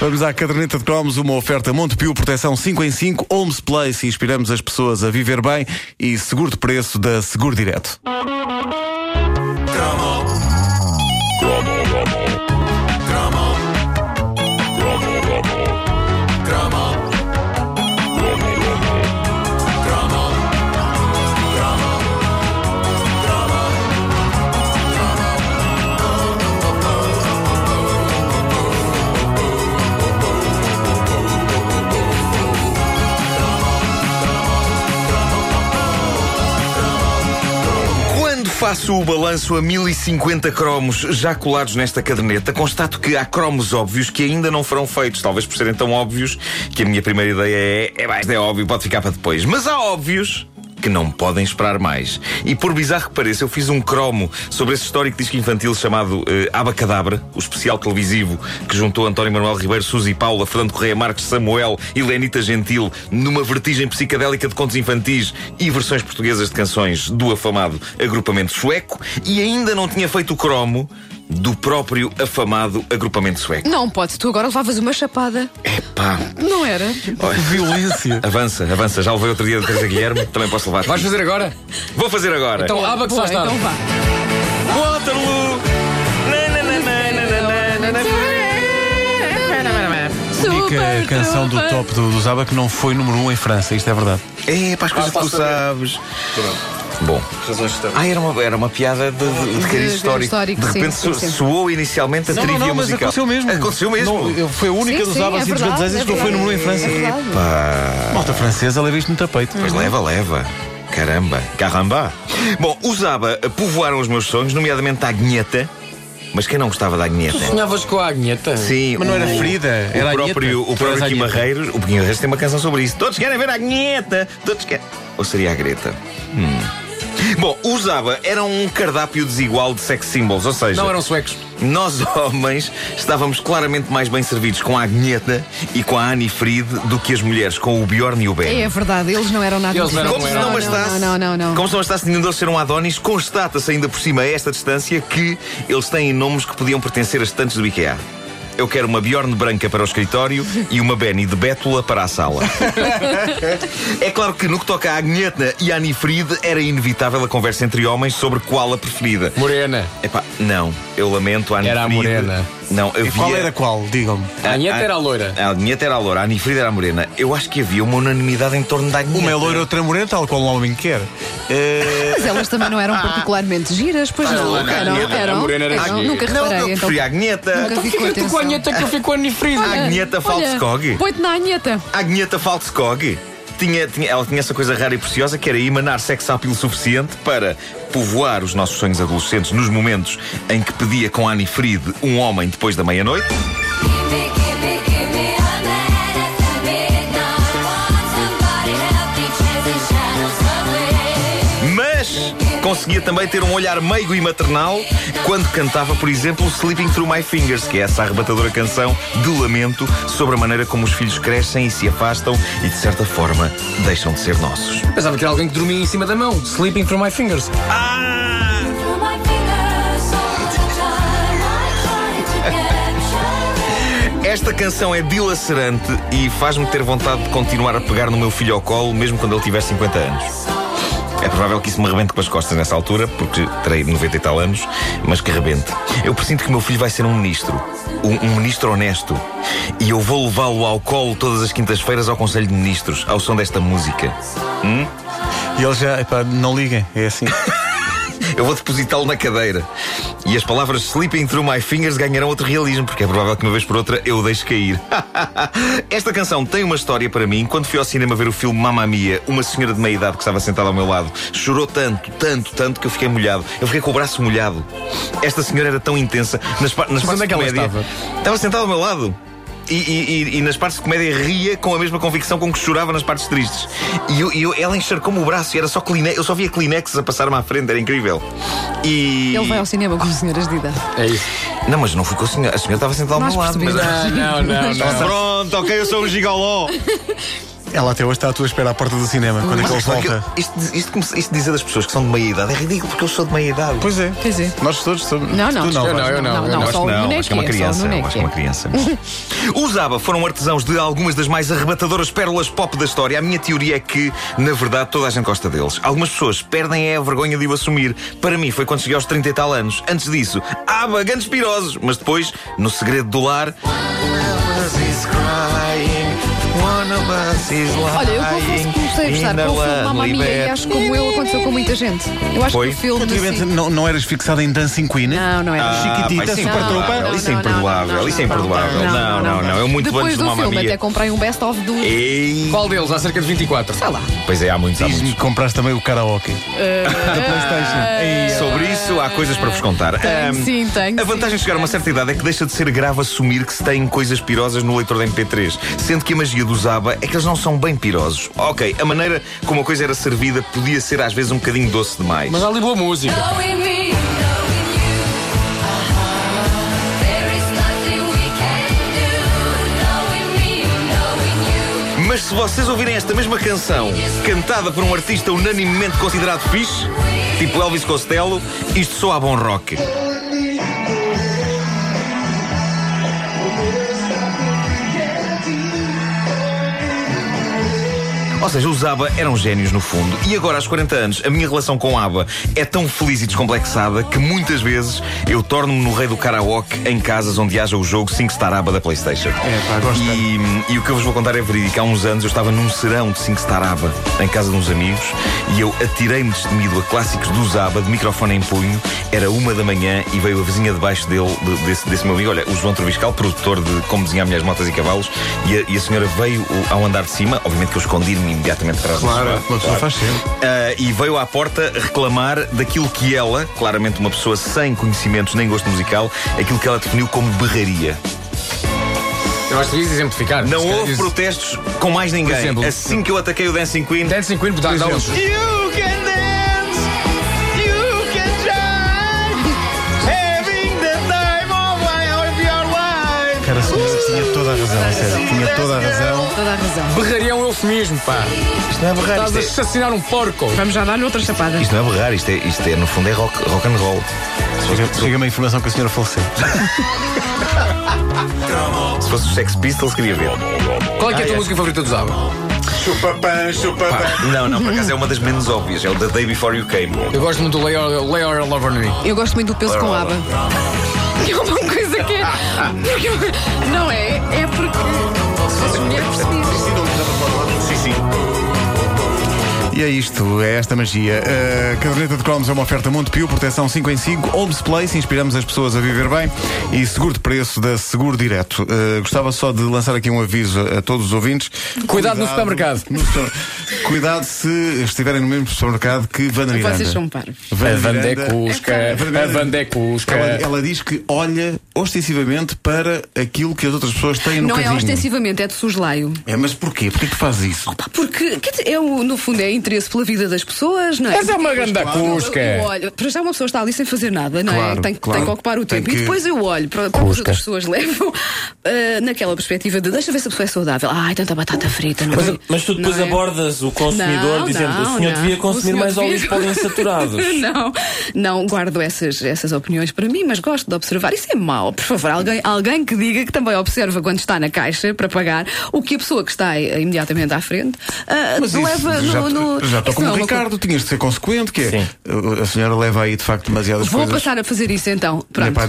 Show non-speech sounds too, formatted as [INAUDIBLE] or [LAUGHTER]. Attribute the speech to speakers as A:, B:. A: Vamos à caderneta de cromos, uma oferta Montepio Proteção 5 em 5, Homes Place, inspiramos as pessoas a viver bem e seguro de preço da Seguro Direto.
B: Quando faço o balanço a 1050 cromos já colados nesta caderneta, constato que há cromos óbvios que ainda não foram feitos, talvez por serem tão óbvios que a minha primeira ideia é, é mais é óbvio, pode ficar para depois. Mas há óbvios que não podem esperar mais. E por bizarro que pareça, eu fiz um cromo sobre esse histórico disco infantil chamado eh, Abacadabra, o especial televisivo que juntou António Manuel Ribeiro, Suzy Paula, Fernando Correia Marques, Samuel e Lenita Gentil numa vertigem psicadélica de contos infantis e versões portuguesas de canções do afamado agrupamento sueco e ainda não tinha feito o cromo do próprio afamado agrupamento sueco.
C: Não podes, tu agora levavas uma chapada.
B: Pá,
C: Não era?
A: Violência.
B: avança, avança. Já levei outro dia de Teresa Guilherme, também posso levar.
D: Vais fazer agora?
B: Vou fazer agora.
D: Então aba que
C: Boa,
D: só está.
C: então vá.
B: Waterloo!
A: única canção do top do, do Zaba que não foi número 1 um em França, isto é verdade.
B: É, para as
A: Ah,
B: coisas que tu sabes. Bom. Ah, era uma, era uma piada de, de, de cariz
C: De- Ah, de
B: histórico.
C: histórico,
B: de repente
C: sim,
B: so-
C: sim, sim.
B: soou inicialmente a
A: Não, não,
B: trivia
A: não, mas
B: musical.
A: aconteceu mesmo.
B: Aconteceu mesmo.
A: Não, eu- foi a única dos
C: é
A: Zaba assim dos grandes êxitos que não foi número 1 um em França. Malta francesa, leva isto no tapete.
C: Uhum.
B: Mas leva, leva. Caramba, caramba. Bom, os ABBA povoaram os meus sonhos, nomeadamente a Agneta. Mas quem não gostava da Agneta?
D: Sonhavas com a Agneta?
B: Sim,
A: Mas não era
B: o-
A: ferida, era
B: o
A: a Agneta.
B: próprio, o
A: Tu eras
B: próprio
A: a
B: Kim
A: Agneta.
B: Barreiros, o Kim Barreiros tem uma canção sobre isso. Todos querem ver a Agneta, todos querem. Ou seria a Greta? Hum. Bom, os ABBA eram um cardápio desigual de sex symbols, ou seja,
D: Não um eram suecos.
B: nós homens estávamos claramente mais bem servidos com a Agneta e com a Annie Fried do que as mulheres com o Bjorn e o Ben.
C: É verdade, eles não eram nada
D: Eles não eram
B: Como
C: diferentes.
B: se não
D: Não,
B: bastasse.
C: Não, não, não. não.
B: Como se não bastasse nenhum deles ser um Adonis, constata-se ainda por cima a esta distância que eles têm nomes que podiam pertencer a estantes do IKEA. Eu quero uma Bjorn branca para o escritório e uma Benny de Bétula para a
C: [LAUGHS]
B: sala. é claro que no que toca à Agnetna e à Anifrid era inevitável a conversa entre homens sobre qual a preferida.
D: Morena.
B: Epá, não, eu lamento a Anifrid.
D: Era a morena.
B: Não, havia...
A: Qual era qual? Digam-me.
D: A Agneta
B: a-
D: era a loira.
B: A Agnetha era a loura, a Anifrid era a morena. Eu acho que havia uma unanimidade em torno da Agnetha.
A: Uma é loira, outra é morena, tal qual um homem quer.
C: Mas elas é, também não eram particularmente giras, pois não,
D: não,
C: eram,
D: não, não,
C: eram.
D: a Morena era
C: eram,
D: gira.
C: nunca
B: Não, eu
C: reparei, então.
B: preferia a Agneta.
C: Nunca vi com
D: Fica tu com
C: atenção.
D: a Agneta que eu fico com a Anifrida.
B: Ah, Agneta Falskog.
C: Põe-te na Agneta.
B: A Agneta Falskog tinha, tinha- ela tinha essa coisa rara e preciosa que era emanar sexo apelo suficiente para povoar os nossos sonhos adolescentes nos momentos em que pedia com Annie Fried um homem depois da meia-noite.
E: Gimme, gimme, gimme a man after midnight. Want somebody healthy, chasing shadows away.
B: Mas conseguia também ter um olhar meigo e maternal quando cantava, por exemplo, Sleeping Through My Fingers, que é essa arrebatadora canção de lamento sobre a maneira como os filhos crescem e se afastam e, de certa forma, deixam de ser nossos.
D: Pensava que era alguém que dormia em cima da mão. Sleeping through my fingers.
E: Through my fingers all the time. I try to capture it.
B: Esta canção é dilacerante e faz-me ter vontade de continuar a pegar no meu filho ao colo, mesmo quando ele tiver 50 anos. É provável que isso me rebente com as costas nessa altura, porque terei 90 e tal anos, mas que rebente. Eu presinto que o meu filho vai ser um ministro. Um, um ministro honesto. E eu vou levá-lo ao colo todas as quintas-feiras ao Conselho de Ministros, ao som desta música.
A: E eles já, epá, não liguem, é assim.
B: Eu vou depositá-lo na cadeira. E as palavras Sleeping Through My Fingers ganharão outro realismo, porque é provável que uma vez por outra eu o deixe cair. [LAUGHS] Esta canção tem uma história para mim. Quando fui ao cinema ver o filme Mamma Mia, uma senhora de meia idade que estava sentada ao meu lado chorou tanto, tanto, tanto que eu fiquei molhado. Eu fiquei com o braço molhado. Esta senhora era tão intensa. Nas, pa- nas
D: Mas
B: partes
D: onde é que ela
B: de comédia, estava sentada ao meu lado. E, e- e- e nas partes de comédia ria com a mesma convicção com que chorava nas partes tristes. E eu- e eu- ela encharcou-me o braço e era só Kleenex. Eu só via Kleenex a passar-me à frente, era incrível. E.
C: Ele vai ao cinema com senhoras de idade.
D: É isso.
B: Não, mas não fui com a senhora. A senhora estava sentada ao
D: [LAUGHS]
C: Nós
B: meu lado.
C: percebemos.
B: mas-
D: Não, não, não.
B: Pronto, ok, eu sou um gigoló.
A: Ela até hoje está à tua espera à porta do cinema, quando é que ele
B: Mas é que
A: volta.
B: isto, isto, isto, isto dizer das pessoas que são de meia idade é ridículo porque eu sou de meia idade.
A: Pois é.
C: Pois é.
A: Nós todos somos.
C: Não, não,
A: Tu não,
D: eu não,
A: Vasco.
D: eu não, eu não.
C: só o Nuno é
B: acho que é uma
C: que é, só
B: criança.
C: o Nuno é
B: eu acho
C: que
B: que é uma
C: é.
B: criança. [LAUGHS] Os ABBA foram artesãos de algumas das mais arrebatadoras pérolas pop da história. A minha teoria é que, na verdade, toda a gente gosta deles. Algumas pessoas perdem é a vergonha de o assumir. Para mim, foi quando cheguei aos 30 e tal anos. Antes disso, ABBA, grandes pirosos. Mas depois, no segredo do lar.
C: Olha, eu confesso que comecei a gostar com o filme Mamma Mia e acho que como eu aconteceu com muita gente. Eu acho
B: Foi?
C: que o filme.
A: Antigamente
C: assim-
A: não, não eras fixada em Dancing Queen? Ah,
C: Não, não era.
A: Chiquitita,
B: pai, sim,
A: super
B: não,
A: tropa?
B: não, não, Isso é imperdoável, isso é imperdoável. Não, não, não. É muito
C: Depois
B: antes do
C: do
B: Mamma
C: filme,
B: Mia.
C: até comprei um best-of do.
B: Ei!
D: Qual deles? Há cerca de 24.
C: Sei lá.
B: Pois é, há muitos, há muitos.
A: Diz-me que compraste também o karaoke. da PlayStation.
B: Sobre isso há coisas para vos contar.
C: Tenho,
B: Ahm,
C: sim, tenho,
B: ehm, A vantagem de chegar a uma certa idade é que deixa de ser grave assumir que se têm coisas pirosas no leitor da MP3. Sendo que a magia do Zaba é que eles não são bem pirosos. Ok, a maneira como a coisa era servida podia ser às vezes um bocadinho doce demais.
D: Mas há ali boa música.
E: Knowing me, knowing you. There is nothing we can do. Knowing me, knowing you.
B: Mas se vocês ouvirem esta mesma canção cantada por um artista unanimemente considerado fixe, tipo Elvis Costello, isto soa a bom rock. Ou seja, os ABBA eram génios um no fundo. E agora, aos 40 anos, a minha relação com ABBA é tão feliz e descomplexada que muitas vezes eu torno-me no rei do karaoke em casas onde haja o jogo 5 Star ABBA da Playstation.
A: É, pá, gosto tanto.
B: E, e o que eu vos vou contar é verídico. Há uns anos eu estava num serão de 5 Star ABBA em casa de uns amigos e eu atirei-me destemido a clássicos dos ABBA de microfone em punho. Era uma da manhã e veio a vizinha debaixo dele, de- desse, desse meu amigo, olha, o João Troviscal, produtor de Como Desenhar Mulheres, Motas e Cavalos, e a, e a senhora veio o- ao andar de cima, obviamente que eu escondi-me imediatamente atrás do
A: Claro,
B: sofá.
A: uma pessoa faz sempre.
B: Ah, e veio à porta reclamar daquilo que ela, claramente uma pessoa sem conhecimentos nem gosto musical, aquilo que ela definiu como berraria.
D: Eu acho que devias exemplificar.
B: Não
D: Se calhar
B: houve
D: diz-
B: protestos com mais ninguém.
D: Por exemplo.
B: assim que eu ataquei o Dancing Queen.
D: Dancing Queen, dá, um dá uns.
B: You can dance, you can shine, having the time of my- of your life.
A: Cara, a senhora tinha toda a razão, a sério. Tinha toda a razão.
C: Toda a razão.
D: Berraria é um eufemismo, pá.
B: Isto não é berrar,
D: Estás a
B: isto
D: assassinar um porco.
C: Vamos já dar-lhe outra chapada.
B: é, isto não é berrar, isto é, isto é, no fundo é rock, rock and roll. Se fosse-
A: Chega- Chega-me a informação que a senhora faleceu.
B: Se fosse os Sex Pistols, queria ver.
D: Qual é, que é a tua música favorita dos ABBA?
A: Chupa pão, chupa
B: Pá, não, não, por acaso é uma das menos óbvias. É o The Day Before You Came.
D: Eu gosto muito do Lay Your, Lay Your Love On Me.
C: Eu gosto muito do peso
B: [LAUGHS]
C: com aba. É uma coisa que é. porque- Não é? É porque. Se fosse mulher, percebias.
B: Sim, sim.
A: E é isto, é esta magia. A caderneta de cromos é uma oferta muito pio, proteção 5 em 5, Homes Place, inspiramos as pessoas a viver bem e seguro de preço da Seguro Direto. Uh, gostava só de lançar aqui um aviso a a todos os ouvintes.
D: Cuidado no supermercado.
A: no super- Cuidado se estiverem no mesmo supermercado que Vanda Miranda.
C: Vocês são parvos.
D: A
A: Vanda
D: Vanda é
A: Miranda-
D: Cusca,
A: É, Vanda
D: a
A: Miranda-
D: Vanda é Cusca.
A: Ela, ela diz que olha ostensivamente para aquilo que as outras pessoas têm no
C: Não é
A: carrinho.
C: ostensivamente, é de soslaio.
A: É, mas porquê? Porquê que faz isso?
C: Pá, Porque, quer dizer, é o- no fundo, é interesse pela vida das pessoas, não é?
D: Essa é uma grande acusca.
C: Eu, eu olho, para já uma pessoa está ali sem fazer nada, não
A: Claro,
C: é? Tem, que-
A: claro.
C: tem que ocupar o
A: Tem
C: tempo.
A: que-
C: E depois eu olho para, para o que as outras pessoas [LAUGHS] levam ah, naquela perspectiva de deixa ver se a pessoa é saudável. Ai, tanta batata frita, não é?
F: Mas, mas tu depois
C: Não é?
F: abordas o consumidor
C: Não,
F: dizendo
C: não,
F: o senhor
C: não.
F: devia
C: O
F: consumir
C: senhor
F: mais
C: devia- [LAUGHS]
F: óleos poliinsaturados.
C: não, não guardo essas, essas opiniões para mim, mas gosto de observar. Isso é mau. Por favor, alguém, alguém que diga que também observa quando está na caixa para pagar o que a pessoa que está eh, imediatamente à frente ah,
A: Mas isso,
C: leva
A: já,
C: no. no-
A: já estou
C: Isso não
A: como
C: é
A: o
C: uma coisa-
A: Ricardo, tinhas de ser consequente, que é
F: Sim.
A: uh, a senhora leva aí de facto demasiadas
C: Vou
A: coisas.
C: passar a fazer isso então. Pronto.
A: Epá,